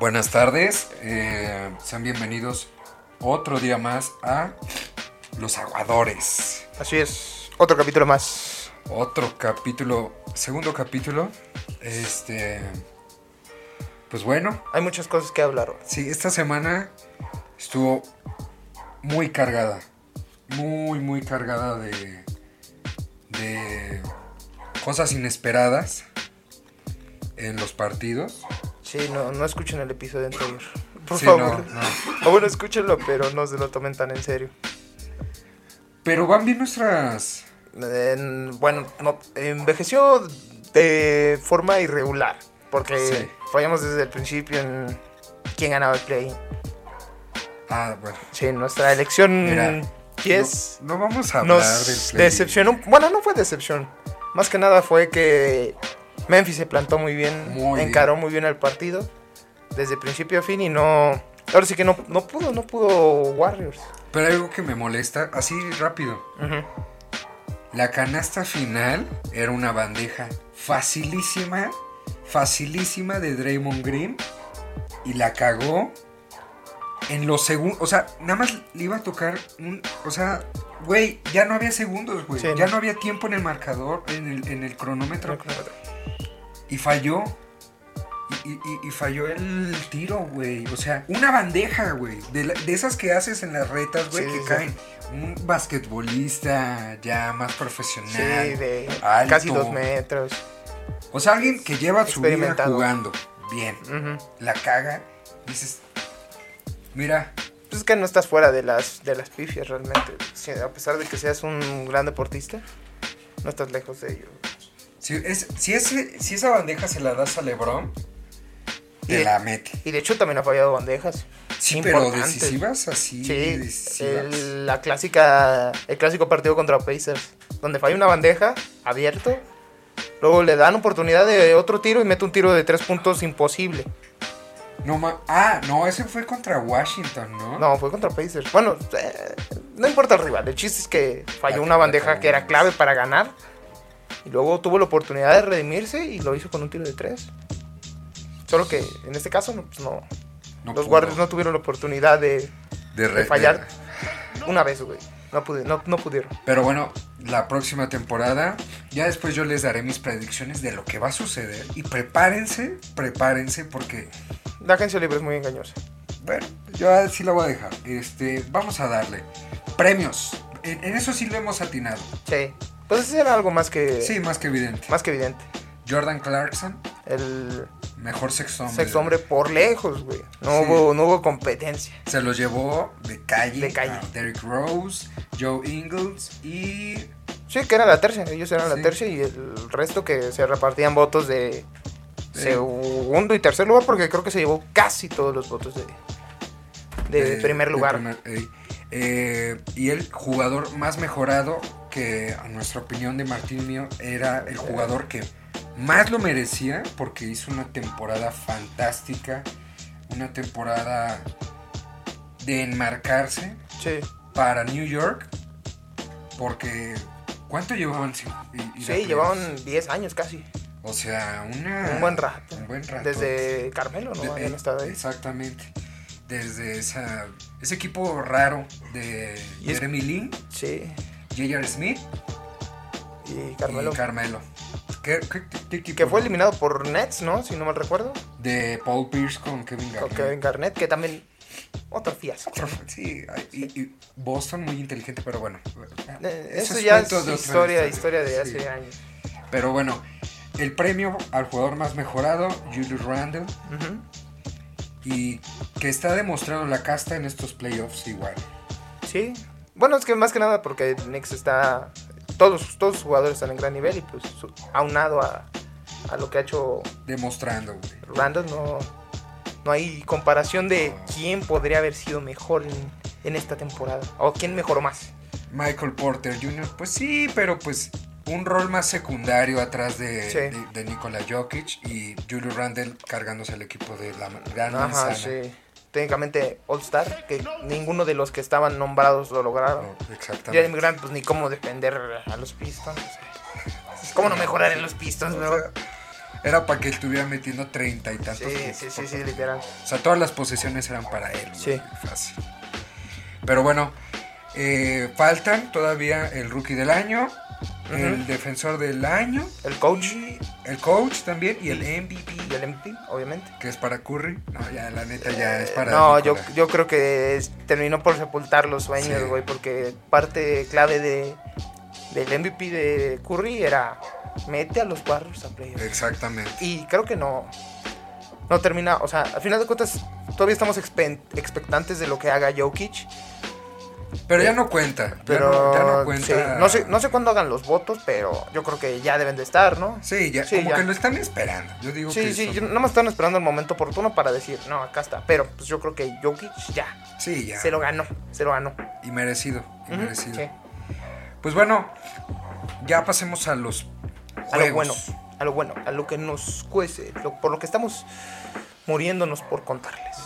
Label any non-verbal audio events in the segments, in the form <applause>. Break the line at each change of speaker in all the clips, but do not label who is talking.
Buenas tardes, eh, sean bienvenidos otro día más a Los Aguadores.
Así es, otro capítulo más.
Otro capítulo, segundo capítulo. Este. Pues bueno,
Hay muchas cosas que hablar. güey.
sí, esta semana estuvo muy cargada. Muy, muy cargada de. de cosas inesperadas en los partidos.
Sí, no, no escuchen el episodio anterior. Por
Sí, no,
favor.
no.
<laughs> O bueno, escúchenlo, pero no se lo tomen tan en serio.
Pero van bien nuestras.
En- bueno, no, envejeció de forma irregular. Porque
Sí.
fallamos desde el principio en quién ganaba el play.
Ah, bueno.
Sí, nuestra elección
Mira,
10
No, no vamos a hablar del
nos
play.
decepcionó. Bueno, no fue decepción. Más que nada fue que Memphis se plantó muy bien,
Muy bien.
encaró muy bien al partido. Desde principio a fin y no... Ahora sí que no, no pudo, no pudo Warriors.
Pero hay algo que me molesta, así rápido.
Ujú.
La canasta final era una bandeja facilísima, facilísima de Draymond Green. Y la cagó en los segundos. O sea, nada más le iba a tocar un. O sea, güey, ya no había segundos, güey.
Sí,
ya
no.
no había tiempo en el marcador, en el, en el cronómetro.
No creo.
Y falló. Y, y- y- y falló el tiro, güey. O sea, una bandeja, güey. De, la- de esas que haces en las retas, güey,
Sí,
que
sí, sí.
caen. Un basquetbolista ya más
Sí,
profesional.
de
alto.
casi dos metros.
O sea, alguien que lleva su vida
Experimentado.
jugando bien.
Ujú.
La caga. Dices, mira,
Pues es que no estás fuera de las, de las pifias realmente. Sí, a pesar de que seas un gran deportista, no estás lejos de ello.
si, es, si, ese- si esa bandeja se la das a Lebron, te
Y-
la mete.
Y de hecho también ha fallado bandejas.
Sí, pero
importantes.
decisivas así.
Sí,
decisivas.
el- la clásica, el clásico partido contra Pacers, donde falla una bandeja abierto, luego le dan oportunidad de otro tiro y mete un tiro de tres puntos imposible.
No ma- ah, no, ese fue contra Washington, ¿no?
No, fue contra Pacers. Bueno, eh, no importa el rival, el chiste es que falló una bandeja que era clave para ganar. Y luego tuvo la oportunidad de redimirse y lo hizo con un tiro de tres. Solo que en este caso no, pues no.
No
los
pudo.
Warriors no tuvieron la oportunidad de,
de, re-
de fallar
de-
una vez, güey. No, pudi- no, no pudieron.
pero bueno, la próxima temporada, ya después yo les daré mis predicciones de lo que va a suceder. Y prepárense, prepárense, porque,
La agencia libre es muy engañosa.
bueno, yo así la voy a dejar. Este, vamos a darle premios. En, en eso sí lo hemos atinado.
Sí. Pues eso era algo más que,
Sí, más que evidente.
más que evidente.
Jordan Clarkson,
El
mejor sexo hombre.
sexo hombre por lejos, güey. No,
Sí.
hubo, no hubo competencia.
Se lo llevó de calle,
De calle.
a Derrick Rose, Joe Ingles y
Sí, que era la tercia. Ellos eran
Sí.
la tercia y el resto que se repartían votos de
Sí.
segundo y tercer lugar porque creo que se llevó casi todos los votos de, de
Eh,
primer
de
lugar.
primer- ey. Eh, y el jugador más mejorado, que a nuestra opinión de Martín mío, era el jugador que más lo merecía porque hizo una temporada fantástica, una temporada de enmarcarse
Sí.
para New York, porque ¿cuánto llevaban? sin ir a
Sí,
playoffs?
llevaban 10 años casi.
O sea, una...
Un buen rato.
Un buen rato.
Desde Carmelo,
De-
¿no?
eh,
Habían estado ahí.
Exactamente. Desde esa, ese equipo raro de
Y es-
Jeremy Lin,
Sí.
J.R. Smith
Y Carmelo.
y Carmelo. ¿Qué, qué- qué equipo,
que fue
no?
eliminado por Nets, ¿no? Si no mal recuerdo.
De Paul Pierce con Kevin
Con
Garnett.
Kevin Garnett, que también otro fiasco.
Sí, ay, y, y Boston muy inteligente, pero bueno.
Eh,
Esos
Eso ya es
cuentos de otra
historia, historia de
Sí.
hace años.
Pero bueno, el premio al jugador más mejorado, Julius Randle, y que está demostrando la casta en estos playoffs igual.
Sí. Bueno, es que más que nada porque Knicks está... Todos, todos los jugadores están en gran nivel y pues su- aunado a, a lo que ha hecho
Demostrando, güey.
Randall, no, no hay comparación de quién podría haber sido mejor en, en esta temporada. O quién mejoró más.
Michael Porter Jr., pues sí, pero pues un rol más secundario atrás de,
Sí.
de, de Nikola Jokic y Julio Randle cargándose el equipo de la gran manzana.
Ajá, sí. Técnicamente All-Star, que ninguno de los que estaban nombrados lo lograron.
No, Oh, exactamente.
Jeremy Grant, pues ni cómo defender a los Pistons. ¿Cómo no mejorar en los Pistons, bro?
Era para que estuviera metiendo treinta y tantos.
Sí,
puntos
sí,
por
sí, sí, literal.
O sea, todas las posesiones eran para él.
Sí.
güey, Fácil. Pero bueno, eh, faltan todavía el rookie del año, el defensor del año,
El coach
y el coach también y el MVP.
y el MP, obviamente. Eh,
Que es para Curry. No, ya, la neta, ya es para.
No, yo,
Nicolás.
yo creo que es- terminó por sepultar los sueños,
Sí.
güey, porque parte clave de, del MVP de Curry era mete a los Warriors a playoffs.
Exactamente.
Y creo que no, no termina, o sea, al final de cuentas todavía estamos expen- expectantes de lo que haga Jokic,
Pero ya no cuenta. ya
pero
no- ya no, cuenta.
sí, no, sé, no sé cuándo hagan los votos, pero yo creo que ya deben de estar, ¿no?
Sí, ya,
Sí,
como
ya.
que lo están esperando. Yo digo que
Sí, sí,
son-
yo- no me están esperando el momento oportuno para decir, no, acá está, pero pues yo creo que Jokic ya,
sí, ya.
se lo ganó, se lo ganó.
Y merecido. Y
Ujú,
merecido.
sí.
Pues bueno, ya pasemos a los
a lo bueno,
juegos.
a lo bueno, a lo que nos cuece, lo- por lo que estamos muriéndonos por contarles.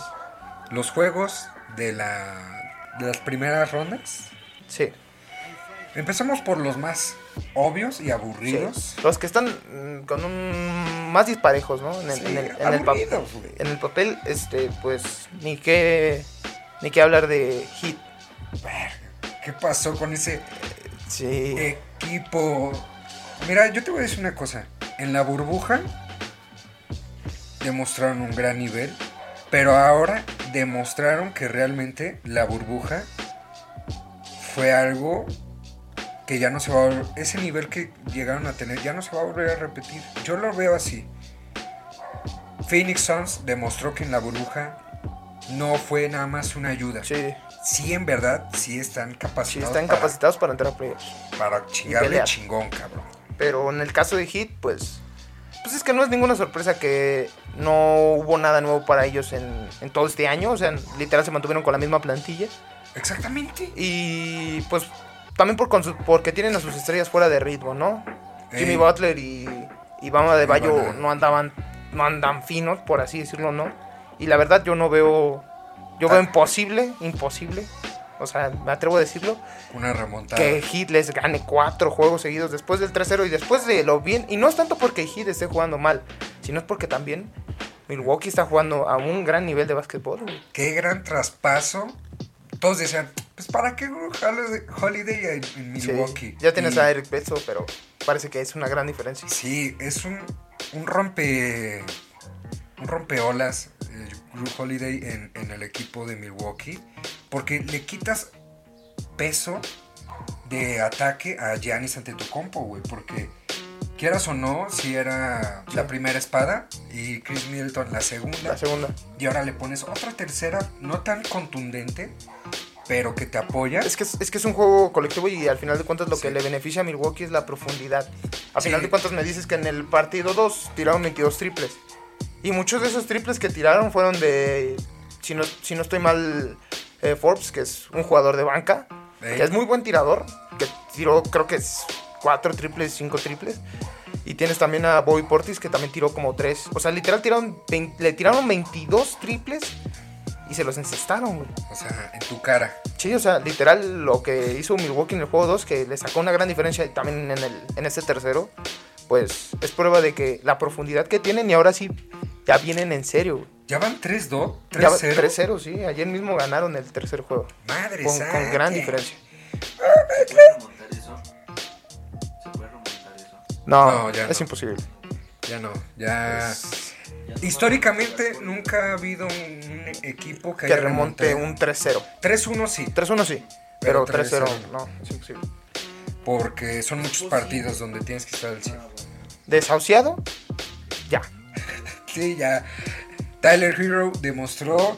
Los juegos de, la, de las primeras rondas.
Sí.
Empezamos por los más obvios y aburridos.
sí. Los que están mm, con un más disparejos, ¿no? En el, en el-
Sí,
en el pa-
aburridos, güey.
en el papel, este, pues, ni qué, ni qué hablar de hit.
Verga, ¿Qué pasó con ese
Sí.
Eh, equipo? Mira, yo te voy a decir una cosa. En la burbuja demostraron un gran nivel, pero ahora demostraron que realmente la burbuja fue algo que ya no se va a volver, ese nivel que llegaron a tener ya no se va a volver a repetir. Yo lo veo así. Phoenix Suns demostró que en la burbuja no fue nada más una ayuda.
sí.
Sí, en verdad, sí están
Sí,
capacitados.
están
para-
capacitados para entrar a playoffs.
Para, chingarle
pelear.
chingón, cabrón.
Pero en el caso de Hit, pues. Pues es que no es ninguna sorpresa que no hubo nada nuevo para ellos en, en todo este año. O sea, literal se mantuvieron con la misma plantilla.
Exactamente.
Y pues también por con su- porque tienen a sus estrellas fuera de ritmo, ¿no?
Ey.
Jimmy Butler y, y Bama de Bayo
Bama.
no andaban no andan finos, por así decirlo, ¿no? Y la verdad yo no veo yo veo
Ah.
imposible, imposible. O sea, me atrevo a decirlo
Una remontada.
que Heat les gane cuatro juegos seguidos después del 3-0 y después de lo bien. Y no es tanto porque Heat esté jugando mal, sino es porque también Milwaukee está jugando a un gran nivel de básquetbol. güey.
Qué gran traspaso. Todos decían, pues para qué güey, Holiday- Holiday en, en
Sí,
Milwaukee.
Ya tienes
Y-
a Eric Bledsoe, pero parece que es una gran diferencia.
Sí, es un, un rompe. Un rompeolas. eh, Drew Holiday en, en el equipo de Milwaukee. Porque le quitas peso de ataque a Giannis ante tu compo, güey. Porque quieras o no, si era la primera espada y Chris Middleton la segunda.
La segunda.
y ahora le pones otra tercera, no tan contundente, pero que te apoya.
Es que es, es que es un juego colectivo y al final de cuentas lo
Sí.
que le beneficia a Milwaukee es la profundidad. Al
Sí.
final de cuentas me dices que en el partido 2 tiraron 22 triples. Y muchos de esos triples que tiraron fueron de, si no, si no estoy mal, eh, Forbes, que es un jugador de banca,
Ey.
que es muy buen tirador, que tiró creo que es 4 triples, 5 triples. Y tienes también a Bobby Portis, que también tiró como 3. O sea, literal tiraron 20 le tiraron 22 triples y se los encestaron, güey.
O sea, en tu cara.
Sí, o sea, literal lo que hizo Milwaukee en el juego 2, que le sacó una gran diferencia y también en, el, en este tercero, pues es prueba de que la profundidad que tienen y ahora sí ya vienen en serio. güey.
Ya van 3-2,
Ya
3-0.
3-0, sí. Ayer mismo ganaron el tercer juego.
Madre
Con,
santa.
con gran diferencia.
¿Se puede remontar eso? ¿Se puede remontar eso?
No,
No, ya
es
no.
imposible.
Ya no, ya.
Pues,
Ya no
Históricamente
vamos a jugar
nunca ha habido un equipo que,
Que
haya
remonte
remontado.
un 3-0.
3-1 sí,
3-1 sí,
Pero
pero,
3-0
3-0 no, es imposible.
porque son muchos partidos donde tienes que estar al 100.
Desahuciado, ya.
Sí, ya. Tyler Hero demostró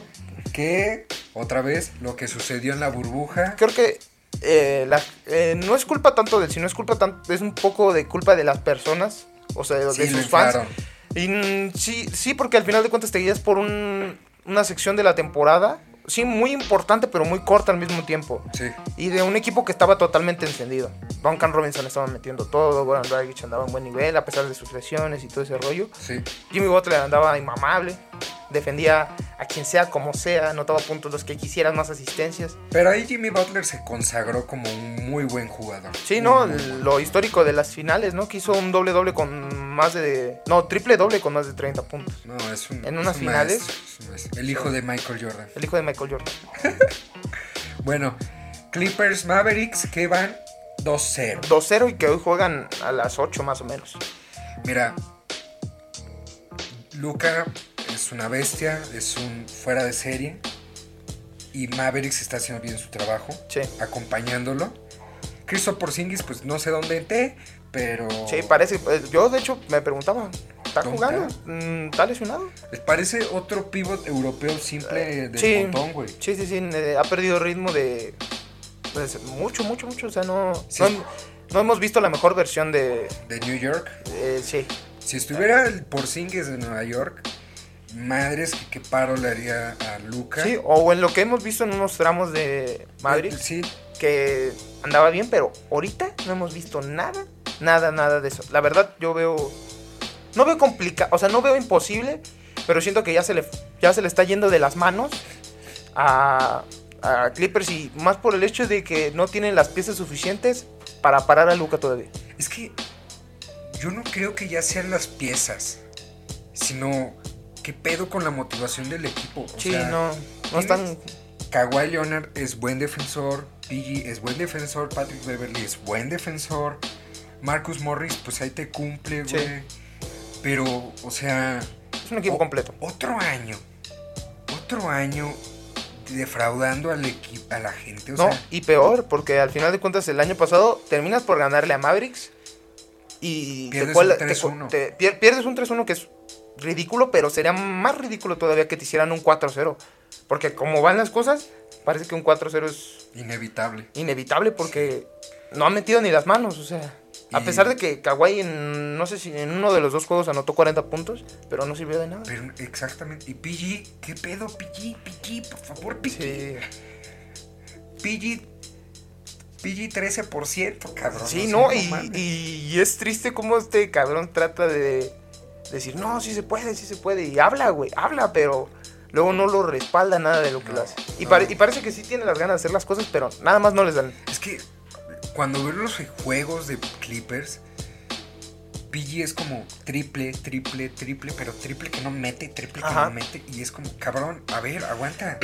que otra vez lo que sucedió en la burbuja.
creo que eh, la- eh, no es culpa tanto de él, sino es culpa tanto, es un poco de culpa de las personas, o sea, de, de
Sí, lo
sus fans.
inflaron.
Y mm, sí, sí, porque al final de cuentas te guías por un- una sección de la temporada, sí, muy importante, pero muy corta al mismo tiempo.
Sí.
Y de un equipo que estaba totalmente encendido. Duncan Robinson estaba metiendo todo, Goran Dragic andaba en buen nivel, a pesar de sus lesiones y todo ese rollo.
Sí,
Jimmy Butler andaba inmamable. defendía a quien sea, como sea, anotaba puntos los que quisieran, más asistencias.
Pero ahí Jimmy Butler se consagró como un muy buen jugador.
Sí,
Muy,
¿no?
muy bueno.
Lo histórico de las finales, ¿no? Que hizo un doble doble con más de... No, triple doble con más de 30 puntos.
No, es un,
en
es
unas
un
finales.
maestro, es un maestro. El hijo de Michael Jordan.
El hijo de Michael Jordan.
Bueno, Clippers Mavericks que van 2-0.
2-0 y que hoy juegan a las 8 más o menos.
Mira, Luca es una bestia, es un fuera de serie. Y Mavericks está haciendo bien su trabajo,
Sí.
acompañándolo. Cristo Porzingis, pues no sé dónde esté, pero
Sí, parece... eh, Yo, de hecho, me preguntaba, ¿está
¿Dónde
jugando? Mm, ¿Está lesionado?
les parece otro pivot europeo simple del
Eh, sí.
montón, güey.
Sí, sí, sí. eh, ha perdido ritmo de... pues, mucho, mucho, mucho. O sea, no...
Sí.
No, hem- no hemos visto la mejor versión de...
De New York.
eh, sí.
Si estuviera el Porzingis de Nueva York, madres que qué paro le haría a Luca.
Sí, o en lo que hemos visto en unos tramos de Madrid.
Sí,
que andaba bien, pero ahorita no hemos visto nada, nada, nada de eso. La verdad, yo veo. No veo complicado, o sea, no veo imposible, pero siento que ya se le, ya se le está yendo de las manos a, a Clippers y más por el hecho de que no tienen las piezas suficientes para parar a Luca todavía.
Es que yo no creo que ya sean las piezas, sino qué pedo con la motivación del equipo. O
Sí,
sea,
no, no están.
Kawhi Leonard es buen defensor, PG es buen defensor, Patrick Beverly es buen defensor, Marcus Morris, pues ahí te cumple,
Sí.
güey. Pero, o sea,
Es un equipo
o-
completo.
otro año, otro año defraudando al equipo, a la gente, o
No,
sea,
y peor, porque al final de cuentas el año pasado terminas por ganarle a Mavericks y te
Pierdes
cuela-
un
te
3-1.
cu- te pier- pierdes un 3-1 que es ridículo, pero sería más ridículo todavía que te hicieran un 4-0. Porque como van las cosas, parece que un 4-0 es
inevitable.
inevitable porque no han metido ni las manos, o sea. A
Y-
pesar de que Kawhi, en- no sé si en uno de los dos juegos anotó 40 puntos, pero no sirvió de nada.
Pero exactamente, y PG, ¿qué pedo, PG, PG, por favor, PG?
Sí,
PG, PG 13%, cabrón.
Sí,
O sea,
no, y,
mames.
y- y es triste cómo este cabrón trata de decir, no, sí se puede, sí se puede. Y habla, güey, habla, pero luego no lo respalda nada de lo que
No,
lo hace. Y,
no.
pare- y parece que sí tiene las ganas de hacer las cosas, pero nada más no les dan.
Es que cuando veo los juegos de Clippers, PG es como triple, triple, triple, pero triple que no mete, triple que
Ajá.
no mete. Y es como, cabrón, a ver, aguanta.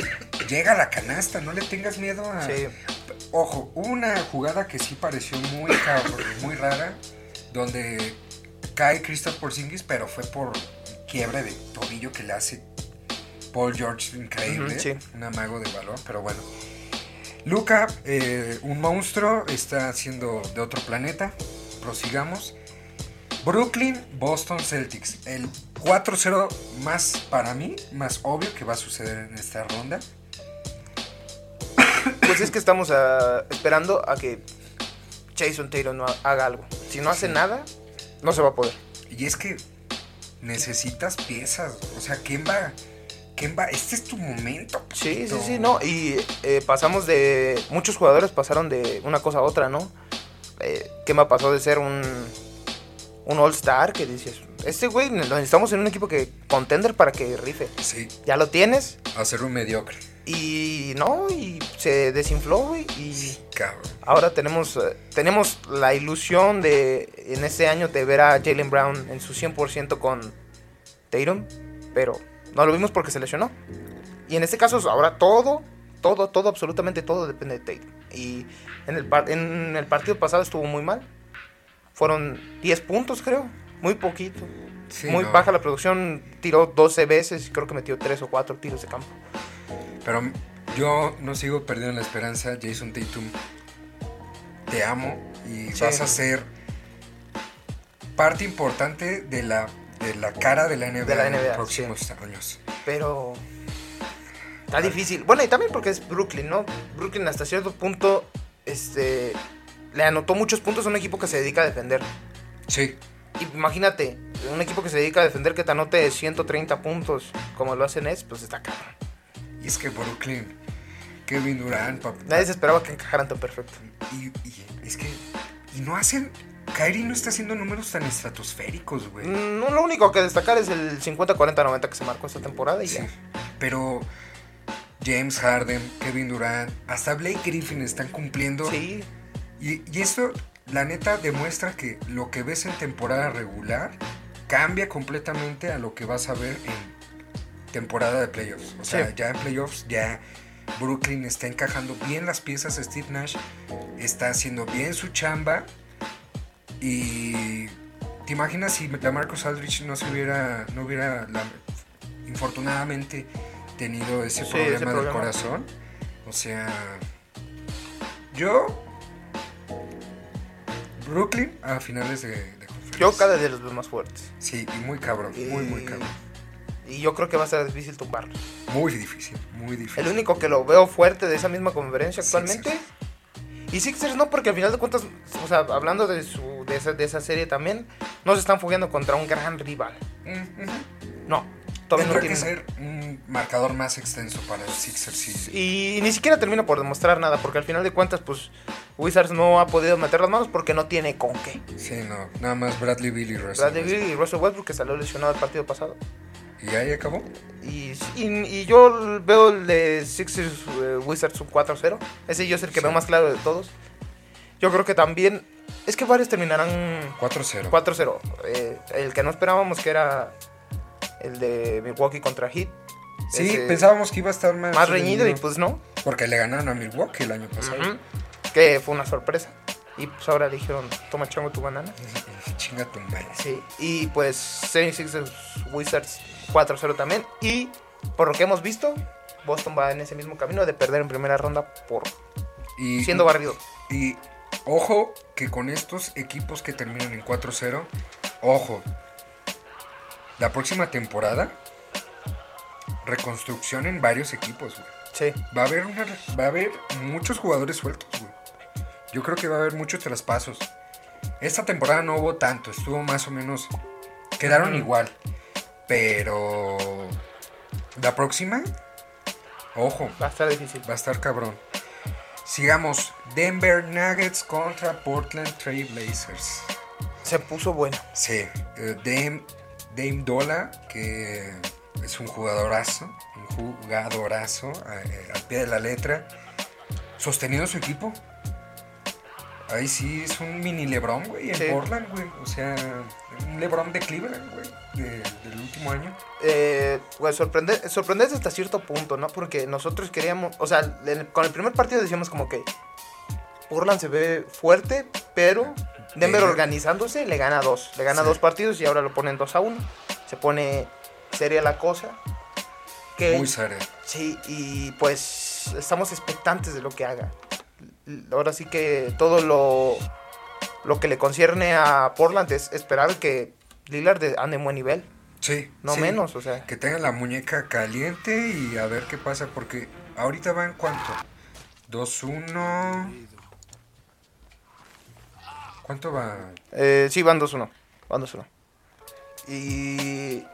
Llega a la canasta, no le tengas miedo a.
Sí,
Ojo, hubo una jugada que sí pareció muy cabrón, muy rara, donde cae Christoph Porzingis, pero fue por quiebra de tobillo que le hace Paul George increíble,
Ujú, sí.
un amago de valor, pero bueno. Luca, eh, un monstruo, está siendo de otro planeta. Prosigamos. Brooklyn, Boston Celtics. El 4-0 más para mí, más obvio que va a suceder en esta ronda.
pues es que estamos ah, esperando a que Jason Taylor no ha- haga algo. Si no hace nada, no se va a poder.
Y es que necesitas piezas. O sea, ¿quién va? ¿Quién va? Este es tu momento.
Sí, sí,
puto.
sí, no. Y eh, pasamos de. Muchos jugadores pasaron de una cosa a otra, ¿no? Eh, ¿Qué me pasó de ser un. Un All-Star que dices. Este güey lo necesitamos en un equipo que contender para que rife.
Sí,
Ya lo tienes.
hacerlo mediocre.
Y no, y se desinfló, güey. Y
Cabrón.
ahora tenemos, eh, tenemos la ilusión de en este año de ver a Jalen Brown en su 100% con Tatum, pero no lo vimos porque se lesionó. Y en este caso ahora todo, todo, todo, absolutamente todo depende de Tatum. Y en el, par- en el partido pasado estuvo muy mal. Fueron 10 puntos creo, muy poquito.
Sí,
muy
no.
baja la producción, tiró 12 veces, creo que metió 3 o 4 tiros de campo.
Pero yo no sigo perdiendo la esperanza. Jason Tatum, te amo y
Sí.
vas a ser parte importante de la, de la cara de la NBA,
De la
en los
NBA,
próximos años.
Pero está difícil. Bueno, y también porque es Brooklyn, ¿no? Brooklyn hasta cierto punto este le anotó muchos puntos a un equipo que se dedica a defender.
Sí,
Imagínate, un equipo que se dedica a defender que te anote 130 puntos como lo hacen es, pues está cabrón.
y es que Brooklyn, Kevin Durant, papá.
Nadie se esperaba que encajaran tan perfecto.
Y, y es que. Y no hacen Kyrie no está haciendo números tan estratosféricos, güey.
Mm, No, lo único que destacar es el 50-40-90 que se marcó esta temporada y
Sí.
ya.
Pero James Harden, Kevin Durant, hasta Blake Griffin están cumpliendo.
Sí,
Y, y esto, la neta, demuestra que lo que ves en temporada regular cambia completamente a lo que vas a ver en temporada de playoffs. O sea,
Sí.
ya en playoffs, ya Brooklyn está encajando bien las piezas. Steve Nash está haciendo bien su chamba. Y. ¿Te imaginas si la Marcos Aldrich no se hubiera, no hubiera la- infortunadamente tenido ese
Sí,
problema
ese
del
problema.
corazón? O sea, yo Brooklyn a finales de, de conferencia.
yo cada Eh. de los veo más fuertes.
Sí, y muy cabrón, muy, muy cabrón.
Y yo creo que va a ser difícil tumbarlos.
Muy difícil, muy difícil.
El único que lo veo fuerte de esa misma conferencia
Sixers.
actualmente. Y Sixers no, porque al final de cuentas, o sea, hablando de, su, de, esa, de esa serie también, no se están fogueando contra un gran rival.
Mm, ujú.
No, todavía no
Tendrá que
tienen.
ser un marcador más extenso para los Sixers. Sí.
Y ni siquiera termina por demostrar nada, porque al final de cuentas, pues Wizards no ha podido meter las manos porque no tiene con qué.
Sí, no, nada más Bradley Bill y Russell.
Bradley Beal y Russell Westbrook que salió lesionado el partido pasado.
Y ahí acabó.
Y, y- y yo veo el de Sixers eh, Wizards un 4-0. Ese yo es el que
Sí.
veo más claro de todos. Yo creo que también. Es que varios terminarán
4-0.
4-0. Eh, el que no esperábamos que era el de Milwaukee contra Heat.
Sí,
Ese
pensábamos que iba a estar más,
Más reñido y pues no.
Porque le ganaron a Milwaukee el año pasado.
Ujú. Que fue una sorpresa. Y pues ahora le dijeron: Toma chango tu banana.
Chinga tu madre.
Sí, y pues 76ers Wizards 4-0 también. Y por lo que hemos visto, Boston va en ese mismo camino de perder en primera ronda por
Y,
siendo barrido.
y ojo que con estos equipos que terminan en 4-0, ojo, la próxima temporada, reconstrucción en varios equipos, güey.
Sí,
Va a haber, una- va a haber muchos jugadores sueltos, güey. Yo creo que va a haber muchos traspasos. Esta temporada no hubo tanto, estuvo más o menos. Quedaron igual. Pero. La próxima. Ojo,
va a estar difícil.
va a estar cabrón. Sigamos. Denver Nuggets contra Portland Trail Blazers.
Se puso bueno.
Sí, eh, Dame, Dame Dola, que es un jugadorazo, un jugadorazo eh, al pie de la letra, sosteniendo su equipo. Ahí sí es un mini Lebron, güey, en
Sí.
Portland, güey. O sea, un Lebron de Cleveland, güey, de- del último año.
Eh, pues sorprende- sorprendente hasta cierto punto, ¿no? Porque nosotros queríamos, o sea, el- con el primer partido decíamos como que Portland se ve fuerte, pero Denver
Eh.
organizándose le gana dos. Le gana
Sí.
dos partidos y ahora lo ponen 2 a 1. Se pone seria la cosa. Que
Muy serio.
Sí, y pues estamos expectantes de lo que haga. L- Ahora sí que todo lo, lo que le concierne a Portland es esperar que Lillard de- ande en buen nivel,
Sí.
no
sí.
menos, o sea.
Que tenga la muñeca caliente y a ver qué pasa, porque ahorita van cuánto? 2-1. ¿Cuánto va?
Eh, sí, van 2-1, van 2-1. Y,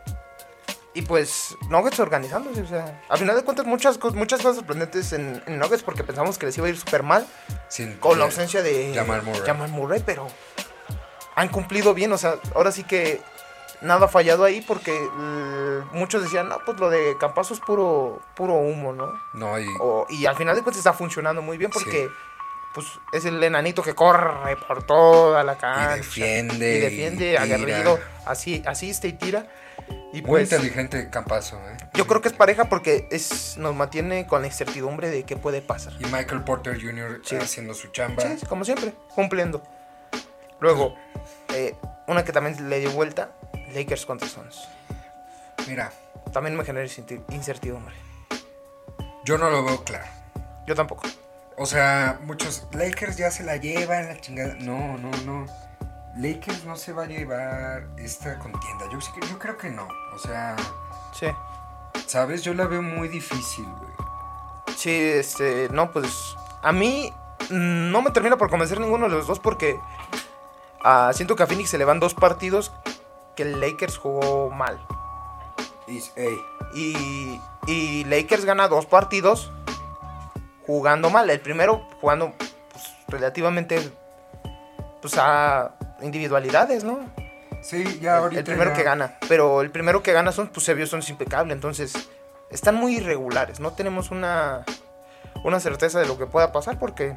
y pues Nuggets organizándose, o sea. Al final de cuentas muchas, cos- muchas cosas sorprendentes en, en Nuggets porque pensamos que les iba a ir súper mal
Sin-
con la ausencia de
Jamal Murray.
Jamal Murray, pero han cumplido bien, o sea, ahora sí que nada ha fallado ahí porque eh, muchos decían, no, pues lo de Campazo es puro, puro humo, ¿no?
No, y
O- y al final de cuentas está funcionando muy bien porque
Sí.
pues es el enanito que corre por toda la cancha.
defiende,
Y defiende,
y tira.
aguerrido, así, asiste y tira. Y
muy
pues
inteligente Campazo, ¿eh?
yo creo que es pareja porque es, nos mantiene con la incertidumbre de qué puede pasar.
Y Michael Porter Jr.
Sí.
haciendo su chamba.
Sí, como siempre, cumpliendo. Luego, eh, una que también le dio vuelta, Lakers contra Suns.
Mira,
También me genera incerti- incertidumbre.
yo no lo veo claro.
Yo tampoco.
O sea, muchos Lakers ya se la llevan, la chingada. No, no, no. Lakers no se va a llevar esta contienda. Yo, sí que- yo creo que no. O sea,
Sí.
¿sabes? Yo la veo muy difícil, güey.
Sí, este, no, pues a mí mm, no me termina por convencer ninguno de los dos porque ah, siento que a Phoenix se le van dos partidos que el Lakers jugó mal.
Y- ey,
Y, y Lakers gana dos partidos jugando mal. El primero jugando pues, relativamente pues, a individualidades, ¿no?
Sí, ya ahorita.
el primero
ya-
que gana. Pero el primero que gana son, pues se vio, son impecable. Entonces, están muy irregulares. No tenemos una, una certeza de lo que pueda pasar porque,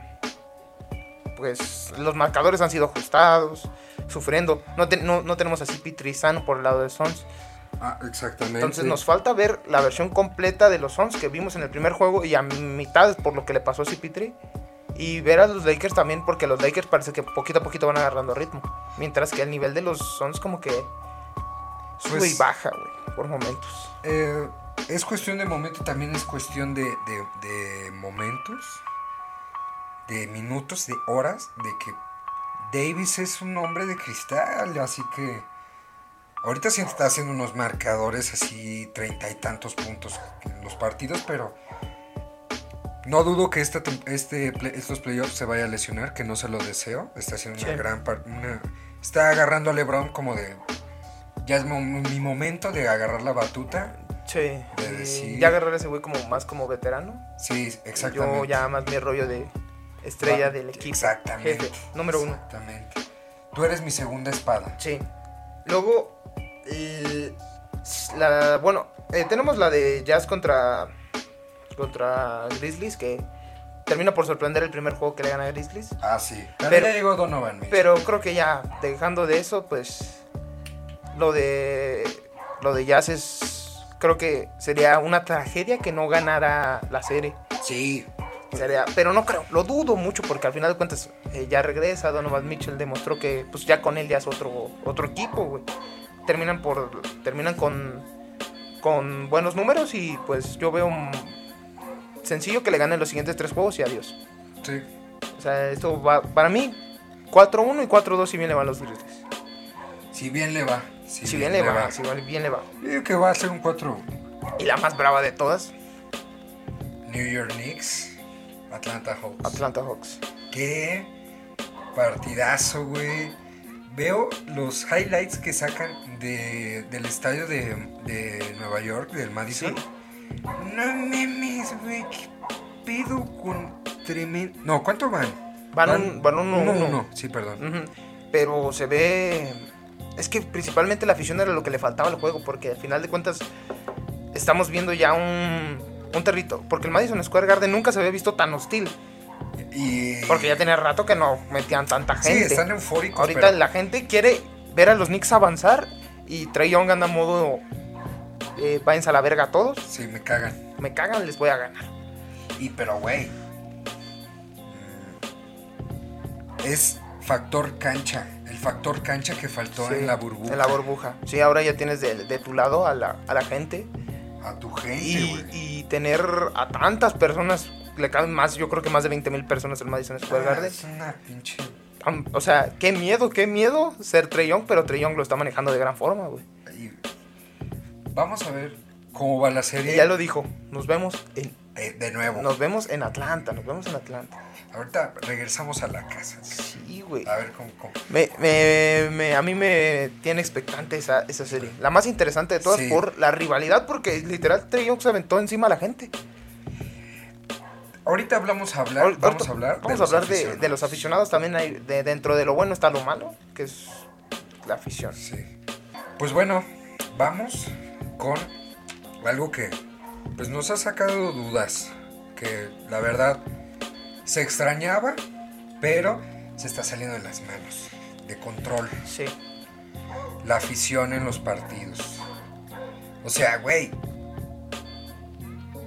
pues, los marcadores han sido ajustados, sufriendo. No, te- no, no tenemos así Pitri sano por el lado de Sons.
Ah, exactamente.
Entonces, nos falta ver la versión completa de los Sons que vimos en el primer juego y a mitad por lo que le pasó a CP3. Y ver a los Lakers también, porque los Lakers parece que poquito a poquito van agarrando ritmo. Mientras que el nivel de los Suns como que sube
Pues-
y baja, güey, por momentos.
Eh, es cuestión de momento, también es cuestión de, de- de momentos, de minutos, de horas, de que Davis es un hombre de cristal, así que ahorita sí está haciendo unos marcadores así treinta y tantos puntos en los partidos, pero no dudo que esta tem- este, play- estos playoffs se vaya a lesionar, que no se lo deseo, está haciendo una
Sí.
gran par- una- está agarrando a LeBron como de ya es mo- mi momento de agarrar la batuta.
Eh, Sí.
De decir-
Ya agarrar a ese güey como más como veterano.
Sí, exactamente.
Yo ya más mi rollo de estrella
Va-
del equipo.
Exactamente.
Jefe, número uno.
Exactamente. Tú eres mi segunda espada.
Sí. Luego, el- la, bueno, eh, tenemos la de Jazz contra, contra Grizzlies, que termina por sorprender el primer juego que le gana a Grizzlies.
Ah, sí. Pero,
Pero-
ya llegó Donovan Mitchell.
Pero creo que ya, dejando de eso, pues lo de lo de Jazz es creo que sería una tragedia que no ganara la serie.
Sí.
Sería- pero no creo, lo dudo mucho porque al final de cuentas eh, ya regresa Donovan Mitchell demostró que pues ya con él ya es otro otro equipo, güey. Terminan por terminan con con buenos números y pues yo veo mm, sencillo que le ganen los siguientes tres juegos y adiós.
Sí.
O sea, esto va para mí 4-1 y 4-2 si bien le van los Grizzlies.
Si bien le va.
Si, bien, le va, si bien, bien le va.
Yo digo que va a ser un 4
Y la más brava de todas,
New York Knicks, Atlanta Hawks.
Atlanta Hawks.
Qué partidazo, güey. Veo los highlights que sacan de- del estadio de, de Nueva York, del Madison.
Sí.
No memes, güey. ¿Qué pedo con tremendo. No, ¿cuánto van?
Van un- van uno,
uno,
uno.
uno. Sí, perdón.
Ujú. Pero se ve. Es que principalmente la afición era lo que le faltaba al juego, porque al final de cuentas estamos viendo ya un, un territorio. Porque el Madison Square Garden nunca se había visto tan hostil,
Y...
porque ya tenía rato que no metían tanta
Sí,
gente.
están eufóricos.
Ahorita
pero-
la gente quiere ver a los Knicks avanzar y Trae Young anda modo. eh, váyanse a la verga a todos,
Sí, me cagan.
me cagan, les voy a ganar.
Y pero, güey. mm, Es factor cancha. El factor cancha que faltó
Sí,
en la burbuja.
En la burbuja. Sí, ahora ya tienes de, de tu lado a la, a la gente.
A tu gente,
y,
güey.
y tener a tantas personas, le caben más, yo creo que más de 20 mil personas en Madison Square
Ah,
Garden.
es una pinche.
Am- O sea, qué miedo, qué miedo ser Trey Young, pero Trey Young lo está manejando de gran forma, güey.
y- Vamos a ver cómo va la serie.
Y ya lo dijo, nos vemos en,
Eh, de nuevo.
nos vemos en Atlanta, nos vemos en Atlanta.
Ahorita regresamos a la casa.
Sí, güey.
A ver cómo. cómo-
Me- me- me- a mí me tiene expectante esa, esa serie. La más interesante de todas
Sí.
por la rivalidad, porque literal Trey Young se aventó encima a la gente.
Ahorita hablamos a hablar.
Ahor-
vamos
ahorita
a hablar.
vamos a
los
hablar de- de,
aficionados.
los aficionados. También hay, de- dentro de lo bueno está lo malo, que es la afición.
Sí. Pues bueno, vamos con algo que pues nos ha sacado dudas, que la verdad se extrañaba, pero se está saliendo de las manos, de control,
Sí.
la afición en los partidos. O sea, güey,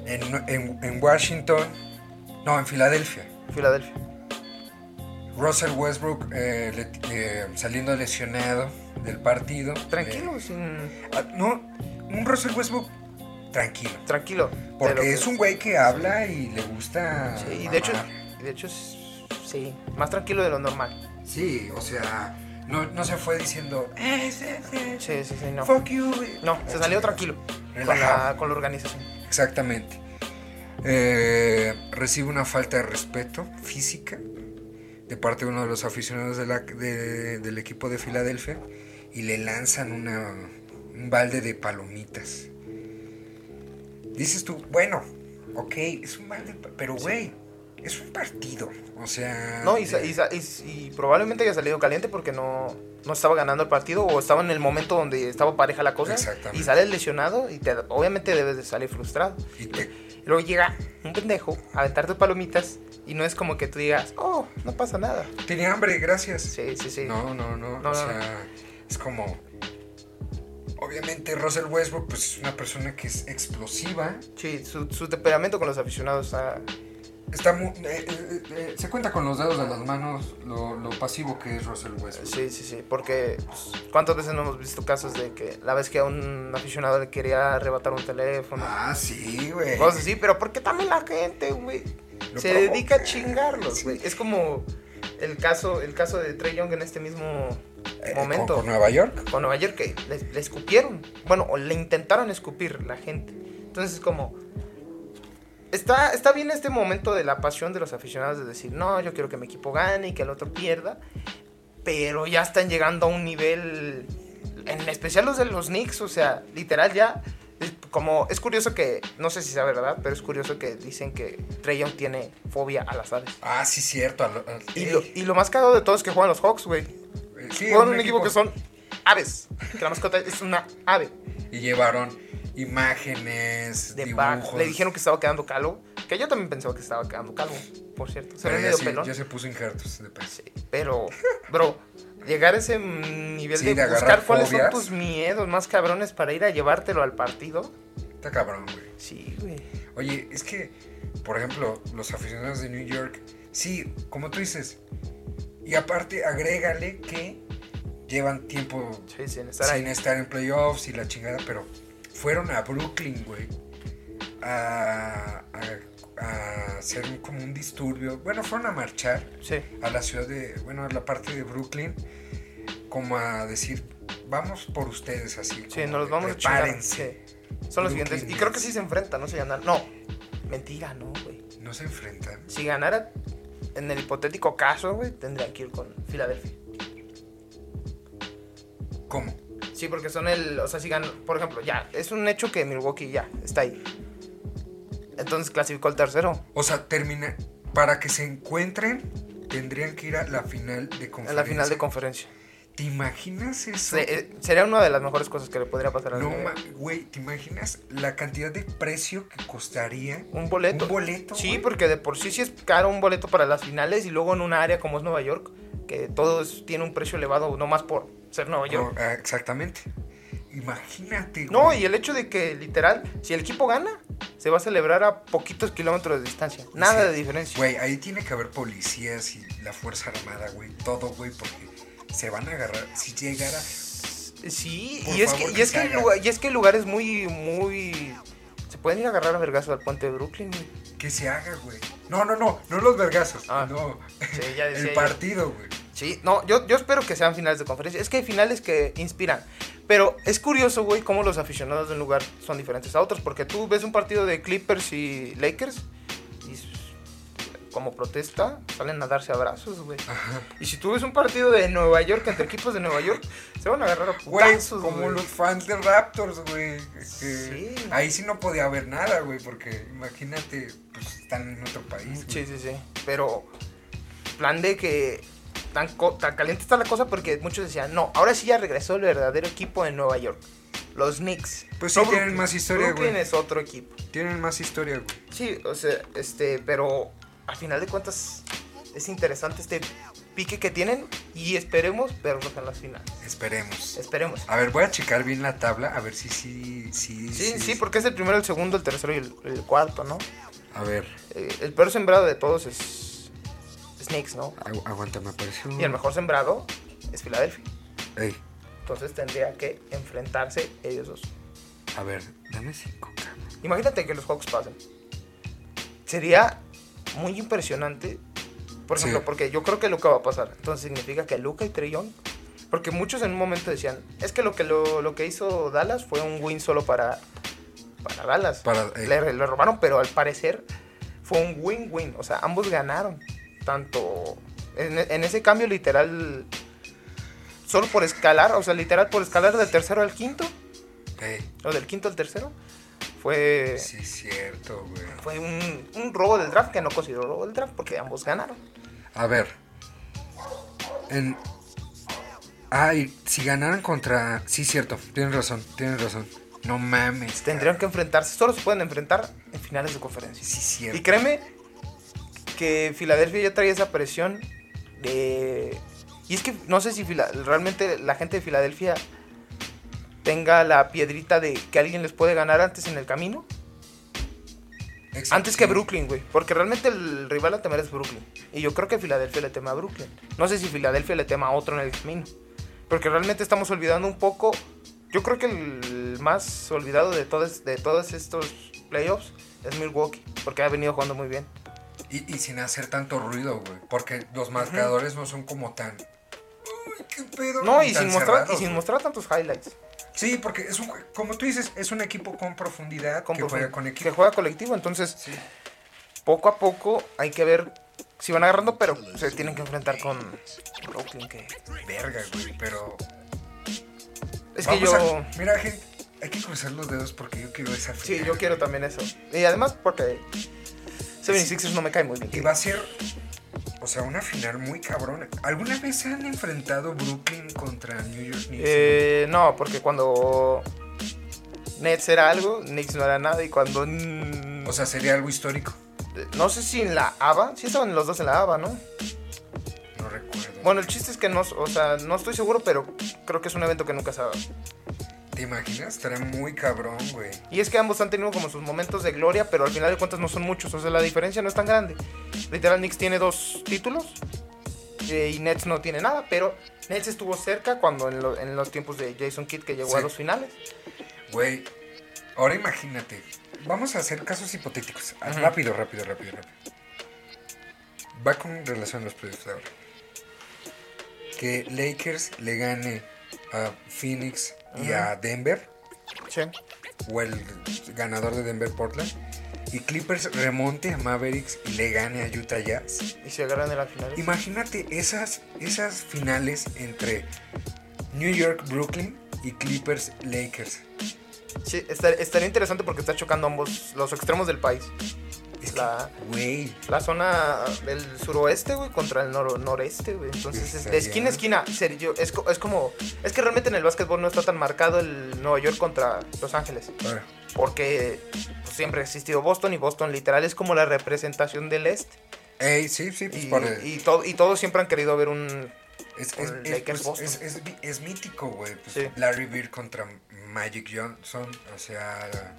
en, en- en Washington, no, en Filadelfia,
Filadelfia.
Russell Westbrook eh, le- eh, saliendo lesionado del partido.
Tranquilo,
Eh,
sin-
Ah, No, un Russell Westbrook tranquilo.
tranquilo. Pero
Porque
que-
es un güey que habla y le gusta.
Sí, y de hecho,
mamar.
y de hecho es- sí, más tranquilo de lo normal.
Sí, o sea, no, no se fue diciendo. "Eh, sí, sí,
Sí, sí, sí, no.
Fuck you. güey".
No, se salió tranquilo con la,
Relajado.
con la organización.
Exactamente. Eh, recibe una falta de respeto física de parte de uno de los aficionados de la- de- del equipo de Filadelfia y le lanzan una, un balde de palomitas. Dices tú, bueno, ok, es un balde, de pa- pero güey, Es un partido. O sea.
No, y, sa- y sa- y s- y probablemente haya salido caliente porque no, no estaba ganando el partido o estaba en el momento donde estaba pareja la cosa.
Exactamente.
Y sales lesionado y te, obviamente debes de salir frustrado.
y te-
Y luego llega un pendejo a aventar tus palomitas y no es como que tú digas, oh, no pasa nada.
Tenía hambre, gracias.
Sí, sí, sí.
No, no, no.
No,
o
no,
sea, es como. Obviamente, Russell Westbrook pues, es una persona que es explosiva.
Sí, su, su temperamento con los aficionados ah,
Está mu- eh, eh, eh, se cuenta con los dedos de las manos lo, lo pasivo que es Russell Westbrook.
Sí, sí, sí, porque pues, cuántas veces no hemos visto casos de que la vez que a un aficionado le quería arrebatar un teléfono,
Ah, sí, güey.
cosas así, pero porque también la gente, güey,
Lo
se
provoca.
dedica a chingarlos,
Sí.
güey. Es como el caso, el caso de Trey Young en este mismo
Eh, con-
momento
Con, Nueva York.
con Nueva York que le, le escupieron. Bueno, o le intentaron escupir la gente. Entonces es como... Está, está bien este momento de la pasión de los aficionados de decir, no, yo quiero que mi equipo gane y que el otro pierda. Pero ya están llegando a un nivel, en especial los de los Knicks, o sea, literal ya... es Como es curioso que, no sé si sea verdad, pero es curioso que dicen que Trey Young tiene fobia a las aves.
Ah, sí, cierto. a lo- a-
Y lo, y lo más cagado de todo es que juegan los Hawks, güey.
Eh, sí,
Juegan un equipo que son aves. Que la mascota es una ave
Y llevaron imágenes,
de
dibujos.
pack. Le dijeron que estaba quedando calvo. Que yo también pensaba que estaba quedando calvo, por cierto. Se ve
Pero ya,
medio
Pues sí-
pelón.
ya se puso injertos de peso.
Sí, pero, bro, llegar a ese mm, nivel
Sí,
de,
de agarrar
buscar cuáles son
fobias.
tus miedos más cabrones para ir a llevártelo al partido.
Está cabrón, güey.
Sí, güey.
Oye, es que, por ejemplo, los aficionados de New York, sí, como tú dices, y aparte agrégale que llevan tiempo
Sí, sin estar ahí.
sin estar en playoffs y la chingada, pero fueron a Brooklyn, güey, a, a- a hacer un- como un disturbio. Bueno, fueron a marchar
Sí.
a la ciudad de, bueno, a la parte de Brooklyn, como a decir, vamos por ustedes así.
Sí,
como
nos los
de,
vamos
"Prepárense".
a chingar. Sí. Son los
Brooklyn
siguientes. Y creo que
Nets.
sí se enfrentan, no se ganan. No, mentira, no, güey.
No se enfrentan.
Si ganara, en el hipotético caso, güey, tendrían que ir con Filadelfia.
¿Cómo?
Sí, porque son el. O sea, si ganan. Por ejemplo, ya. Es un hecho que Milwaukee ya está ahí. Entonces clasificó el tercero.
O sea, termina. Para que se encuentren, tendrían que ir a la final de conferencia.
En la final de conferencia.
¿Te imaginas eso?
Se- eh, sería una de las mejores cosas que le podría pasar al
no,
NBA.
ma- güey, ¿te imaginas la cantidad de precio que costaría
Un boleto.
un boleto?
Sí,
güey?
porque de por sí sí es caro un boleto para las finales y luego en un área como es Nueva York, que todo es- tiene un precio elevado, nomás por ser Nueva York.
No, ah, exactamente. Imagínate.
No,
güey.
y el hecho de que literal, si el equipo gana, se va a celebrar a poquitos kilómetros de distancia. Nada
Sí.
de diferencia.
Güey, ahí tiene que haber policías y la Fuerza Armada, güey. Todo, güey, porque se van a agarrar. Si llegara.
Sí,
Por
y es,
favor,
que,
que
y, es
se
que el
haga.
lugar, y es que el lugar es muy, muy... Se pueden ir a agarrar a vergazo al puente de Brooklyn. güey.
Que se haga, güey. No, no, no. No los vergazos.
Ah.
no.
Sí, ya decía
El
yo.
partido, güey.
Sí, no, yo, yo espero que sean finales de conferencia. Es que hay finales que inspiran. Pero es curioso, güey, cómo los aficionados de un lugar son diferentes a otros. Porque tú ves un partido de Clippers y Lakers y s- como protesta salen a darse abrazos, güey.
Ajá.
Y si tú ves un partido de Nueva York entre equipos de Nueva York, se van a agarrar a
Güey,
putazos,
como
güey.
los fans de Raptors, güey. que-
Sí.
Ahí sí no podía haber nada, güey, porque imagínate, pues están en otro país.
Sí,
güey.
sí, sí. Pero, plan de que tan, co- tan caliente está la cosa porque muchos decían, no, ahora sí ya regresó el verdadero equipo de Nueva York. Los Knicks.
Pues sí, tienen más historia, güey.
Brooklyn es otro equipo.
Tienen más historia, güey.
Sí, o sea, este, pero al final de cuentas es interesante este pique que tienen y esperemos verlos en las finales.
Esperemos.
Esperemos.
A ver, voy a checar bien la tabla, a ver si sí, sí,
Sí, sí, porque es el primero, el segundo, el tercero y el, el cuarto, ¿no?
A ver,
Eh, el peor sembrado de todos es, es Knicks, ¿no?
agu- aguanta, me apareció.
Y el mejor sembrado es Filadelfia.
Ey,
Entonces tendría que enfrentarse ellos dos.
a ver, dame cinco, cabrón.
Imagínate que los Hawks pasen. Sería muy impresionante. Por
Sí.
ejemplo, porque yo creo que Luca va a pasar. Entonces significa que Luca y Trey Young- Porque muchos en un momento decían, es que lo que, lo, lo que hizo Dallas fue un win solo para, para Dallas.
Para, eh.
le, le robaron, pero al parecer fue un win-win. O sea, ambos ganaron. Tanto en, en ese cambio literal, solo por escalar, o sea, literal por escalar del tercero al quinto,
Ey,
o del quinto al tercero, Fue,
Sí, es cierto, güey.
fue un, un robo del draft que no considero robo del draft porque ambos ganaron.
A ver. En... Ay, si ganaran contra... Sí, cierto. Tienes razón, tienes razón. No mames.
Tendrían que enfrentarse, solo se pueden enfrentar en finales de conferencia.
Sí,
Y
cierto.
créeme que Filadelfia ya traía esa presión de... Y es que no sé si Fila- realmente la gente de Filadelfia tenga la piedrita de que alguien les puede ganar antes en el camino.
Exacto.
Antes que Brooklyn, güey. Porque realmente el rival a temer es Brooklyn. Y yo creo que Filadelfia le tema a Brooklyn. No sé si Filadelfia le tema a otro en el camino. Porque realmente estamos olvidando un poco. Yo creo que el más olvidado de todos, de todos estos playoffs es Milwaukee. Porque ha venido jugando muy bien.
Y, y sin hacer tanto ruido, güey. Porque los marcadores no son como tan... Uy, qué pedo.
No,
ni
y
tan
sin, mostrar, y
cerrados,
sin
güey.
mostrar tantos highlights.
Sí, porque es un, como tú dices, es un equipo con profundidad
Con
que
profund-
juega con
que
equipo.
juega colectivo. Entonces,
Sí.
poco a poco hay que ver si van agarrando. Pero se tienen que enfrentar con Brooklyn. Que...
Verga, güey, pero...
Es que
Vamos
yo...
a- Mira, gente, hay que cruzar los dedos porque yo quiero esa
Sí,
final,
yo quiero también eso. Y además porque 76ers no me cae muy bien.
Y va a ser, o sea, una final muy cabrona. ¿Alguna vez se han enfrentado Brooklyn contra New York Knicks?
Eh, no, porque cuando Nets era algo, Knicks no era nada. Y cuando... mm,
o sea, sería algo histórico.
no sé si en la ABA. Sí estaban los dos en la ABA, ¿no?
No recuerdo.
Bueno, el chiste es que no... O sea, no estoy seguro, pero creo que es un evento que nunca se ha dado.
¿Te imaginas? Estaría muy cabrón, güey.
Y es que ambos han tenido como sus momentos de gloria, pero al final de cuentas no son muchos. O sea, la diferencia no es tan grande. Literal, Knicks tiene dos títulos eh, y Nets no tiene nada, pero Nets estuvo cerca cuando en, lo- en los tiempos de Jason Kidd que llegó
Sí.
a los finales.
Güey, ahora imagínate. Vamos a hacer casos hipotéticos. Ah,
Ajá.
Rápido, rápido, rápido, rápido. Va con relación a los playoffs de ahora. Que Lakers le gane a Phoenix y a Denver.
Sí.
o el ganador de Denver Portland y Clippers remonte a Mavericks y le gane a Utah Jazz.
Y se agarran en las finales.
Imagínate esas, esas finales entre New York Brooklyn y Clippers Lakers.
Sí, estar- estaría interesante porque está chocando ambos los extremos del país.
Es que,
La,
güey,
la zona del suroeste, güey, contra el noro- noreste, güey. Entonces, es de
Estaría-
esquina a esquina, serio, es, co- es como... Es que realmente en el básquetbol no está tan marcado el Nueva York contra Los Ángeles.
ahora,
porque pues, siempre ha existido Boston y Boston literal es como la representación del este
ey, sí, sí, pues
y,
para-
y to- y todos siempre han querido ver un
es,
con
es- es-
Lakers
pues,
Boston.
es- es mi- es mítico, güey. pues,
Sí.
Larry Bird contra Magic Johnson, o sea,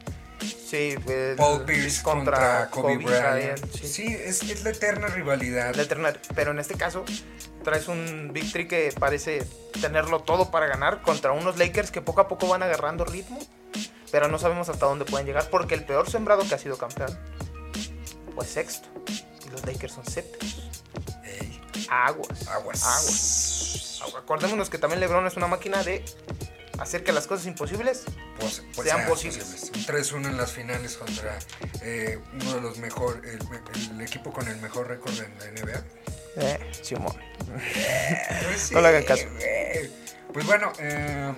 sí el-
Paul Pierce contra, Kobe, Bryant. Sí,
sí.
es, es la eterna rivalidad.
La eterna- pero en este caso traes un Big Three que parece tenerlo todo para ganar contra unos Lakers que poco a poco van agarrando ritmo pero no sabemos hasta dónde pueden llegar porque el peor sembrado que ha sido campeón fue sexto y los Lakers son séptimos
Ey,
aguas
aguas.
aguas Acordémonos que también LeBron es una máquina de hacer que las cosas imposibles.
pues, pues,
Sean
ah,
posibles.
posibles. Un 3-1 en las finales contra eh, uno de los mejor, el, me- el equipo con el mejor récord en la NBA.
Eh, Simón.
Pues
No le hagan caso.
güey. Pues bueno, eh,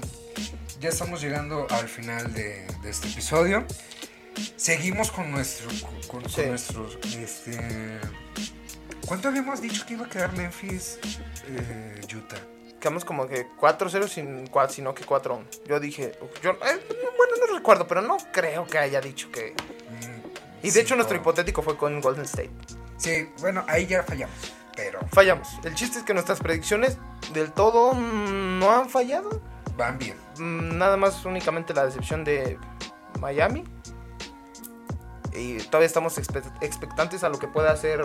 ya estamos llegando al final de, de este episodio. Seguimos con nuestro, con, con
Sí.
nuestros, este, ¿cuánto habíamos dicho que iba a quedar Memphis, eh, Utah?
Quedamos como que 4-0 sin cua- sino que 4-1. Yo dije, yo, eh, bueno, no recuerdo, pero no creo que haya dicho que...
Mm,
Y de
cinco.
hecho nuestro hipotético fue con Golden State.
Sí, bueno, ahí ya fallamos, pero
Fallamos. El chiste es que nuestras predicciones del todo mm, no han fallado.
van bien.
Mm, Nada más únicamente la decepción de Miami. Y todavía estamos expe- expectantes a lo que pueda hacer.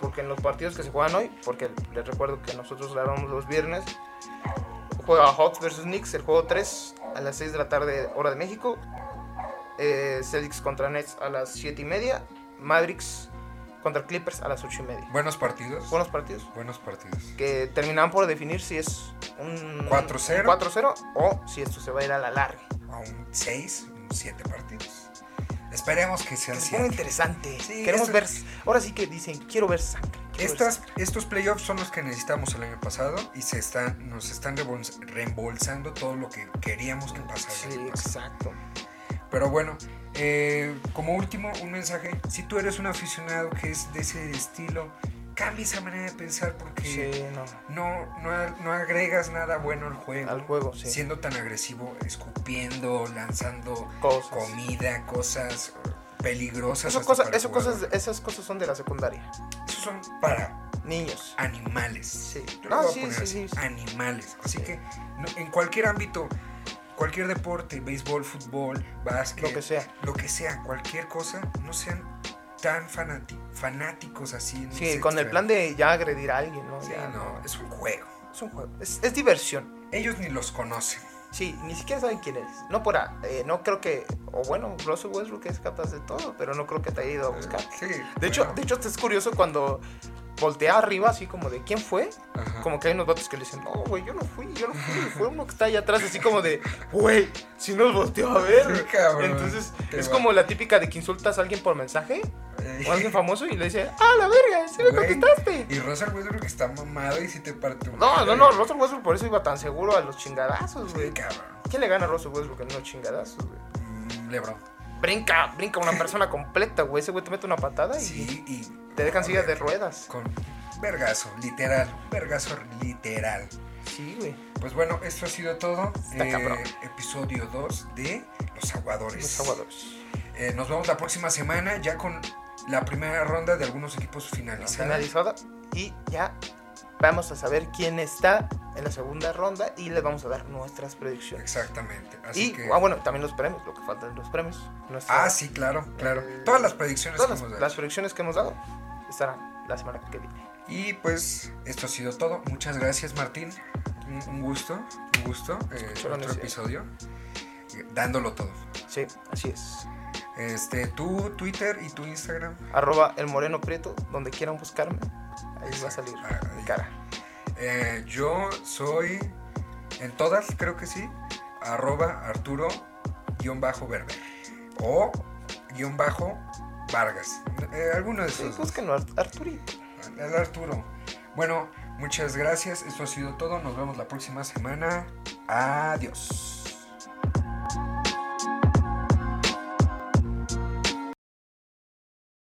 Porque en los partidos que se juegan hoy, porque les recuerdo que nosotros grabamos los viernes, juega Hawks versus Knicks, el juego 3 a las 6 de la tarde, hora de México. Eh, Celtics contra Nets a las 7 y media. Mavericks contra Clippers a las 8 y media.
Buenos partidos.
Buenos partidos
Buenos partidos.
que terminan por definir si es un
4-0.
4-0 o si esto se va a ir a la larga.
A un 6, un 7 partidos. Esperemos que sean
Es muy
7.
interesante.
Sí,
Queremos
esto-
ver. Ahora sí que dicen, quiero ver sangre. quiero ver
Estas,
sangre.
estos playoffs son los que necesitamos el año pasado y se están, nos están rebols- reembolsando todo lo que queríamos que pasara. el
Sí,
año pasado.
exacto.
Pero bueno, Eh, como último, un mensaje. Si tú eres un aficionado que es de ese estilo, cambia esa manera de pensar porque
Sí, no.
no, no, no agregas nada bueno al juego.
Al juego, sí.
Siendo tan agresivo, escupiendo, lanzando
Cosas.
comida, cosas peligrosas.
Eso
hasta
cosa-
para el
eso
jugador.
cosas, esas cosas son de la secundaria.
Esos son para
Niños.
animales.
Sí.
Ah, Yo lo
No,
voy a
sí,
poner
sí,
así, Ah,
sí, sí.
Animales. Así
Sí.
que no- en cualquier ámbito, cualquier deporte, béisbol, fútbol, básquet,
Lo que sea.
lo que sea, cualquier cosa, no sean tan fanati- fanáticos así. en
Sí,
ese
con el plan de ya agredir a alguien, ¿no?
extremo. Sí,
Ya,
no, es un juego.
Es un juego. Es, es diversión.
Ellos ni los conocen.
Sí, ni siquiera saben quién eres. No por a- eh, no creo que. O bueno, Russell Westbrook es capaz de todo, pero no creo que te haya ido a buscar.
Sí,
De
bueno,
hecho, de hecho es curioso cuando voltea arriba, así como de quién fue.
ajá.
Como que hay unos vatos que le dicen, no, güey, yo no fui, yo no fui. Fue uno que está allá atrás, así como de, güey, si nos volteó a ver.
Sí, cabrón.
Entonces,
Qué
es
va-
como la típica de que insultas a alguien por mensaje
Eh, <laughs>
o a alguien famoso y le dice, ah, la verga, sí me
Güey.
contestaste.
Y pues, Russell Westbrook está mamado y si te parte un.
No, no, no, Russell Westbrook por eso iba tan seguro a los chingadazos,
Sí,
güey.
cabrón.
¿Quién le gana a Russell Westbrook en unos chingadazos, güey?
Mm, Lebron.
Brinca, brinca una persona completa, güey. Ese güey te mete una patada y
Sí, y.
te dejan sillas de
Joder.
ruedas.
Con vergazo, literal, vergazo literal.
Sí, güey.
Pues bueno, esto ha sido todo. eh,
Está cabrón.
episodio 2 de Los Aguadores.
Los aguadores.
Eh, nos vemos la próxima semana ya con la primera ronda de algunos equipos finalizada.
Analizada. Y ya vamos a saber quién está en la segunda ronda y les vamos a dar nuestras predicciones.
Exactamente. Así
Y,
que.
ah, bueno, también los premios, lo que faltan los premios. Nuestra-
Ah, sí, claro, claro. Todas las predicciones
Todas
que
las,
hemos
las
dado.
predicciones que hemos dado estarán la semana que viene.
Y pues, esto ha sido todo. Muchas gracias, Martín. Un, un gusto, un gusto. eh,
Escucharon
otro
ese-
episodio. eh, Dándolo todo.
Sí, así es.
Este, tu Twitter y tu Instagram.
Arroba el moreno prieto, donde quieran buscarme. Ahí va a salir
Ah,
mi
ahí.
cara.
Eh, yo soy, en todas creo que sí, arroba Arturo guión bajo Berber o guión bajo Vargas. Eh, alguno de
Sí,
esos. dos.
búsquenlo, Ar- Arturito.
El Arturo. Bueno, muchas gracias. Esto ha sido todo. Nos vemos la próxima semana. Adiós.